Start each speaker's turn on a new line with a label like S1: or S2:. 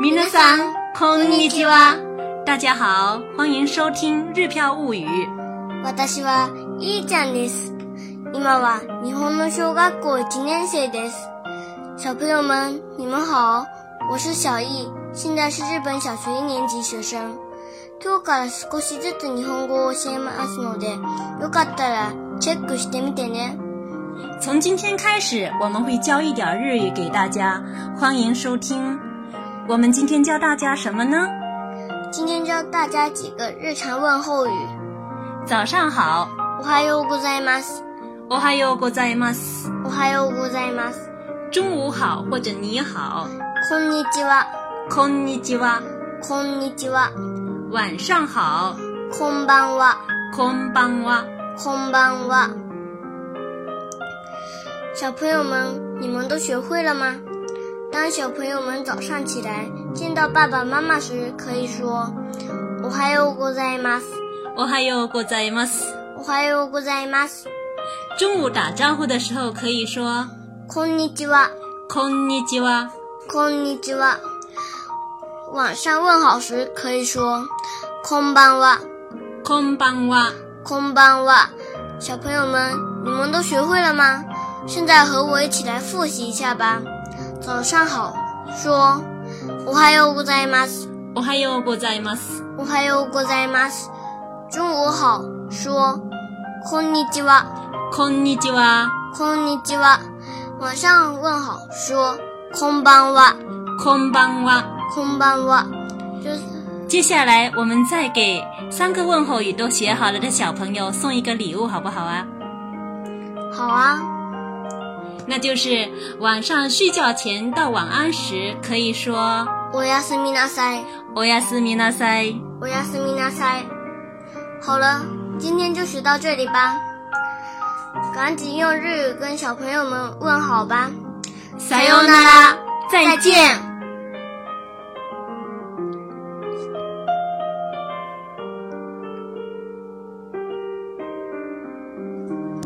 S1: 皆さんこんにちは。
S2: 大家好，欢迎收听《日票物语》。
S3: 私は、いいちゃんです。今は日本の小学校1年生です。小朋友们，你们好，我是小易，现在是日本小学一年级学生。今日から少しずつ日本語を教えますので、よかったらチェックしてみてね。
S2: 从今天开始，我们会教一点日语给大家，欢迎收听。我们今天教大家什么呢？
S3: 今天教大家几个日常问候语。
S2: 早上好，
S3: おはようございます。
S2: おはようございます。
S3: おはようございます。
S2: 中午好或者你好，
S3: こんにちは。
S2: こんにちは。
S3: こんにちは。
S2: 晚上好，
S3: こんばんは。
S2: こんばんは。
S3: こんばんは。小朋友们，你们都学会了吗？当小朋友们早上起来见到爸爸妈妈时，可以说“おはようございます”。
S2: おはようございます。
S3: おはようございます。
S2: 中午打招呼的时候可以说
S3: こんにちは。
S2: こんにちは。
S3: こんにちは。晚上问好时可以说こんばんは。
S2: こんばんは。
S3: こんばんは。小朋友们，你们都学会了吗？现在和我一起来复习一下吧。早上好，说おはようございます。
S2: おはようございます。
S3: おはようございます。中午好，说こんにちは。
S2: こんにちは。
S3: こんにちは。晚上问好，说こんばんは。
S2: こんばんは。
S3: こんばんは。就是
S2: 接下来我们再给三个问候语都学好了的小朋友送一个礼物，好不好啊？
S3: 好啊。
S2: 那就是晚上睡觉前到晚安时，可以说
S3: おやすみなさい。
S2: おやすみなさい。
S3: 我要思密达塞。好了，今天就学到这里吧，赶紧用日语跟小朋友们问好吧。
S2: さようなら。再
S3: 再
S2: 见。
S3: 见。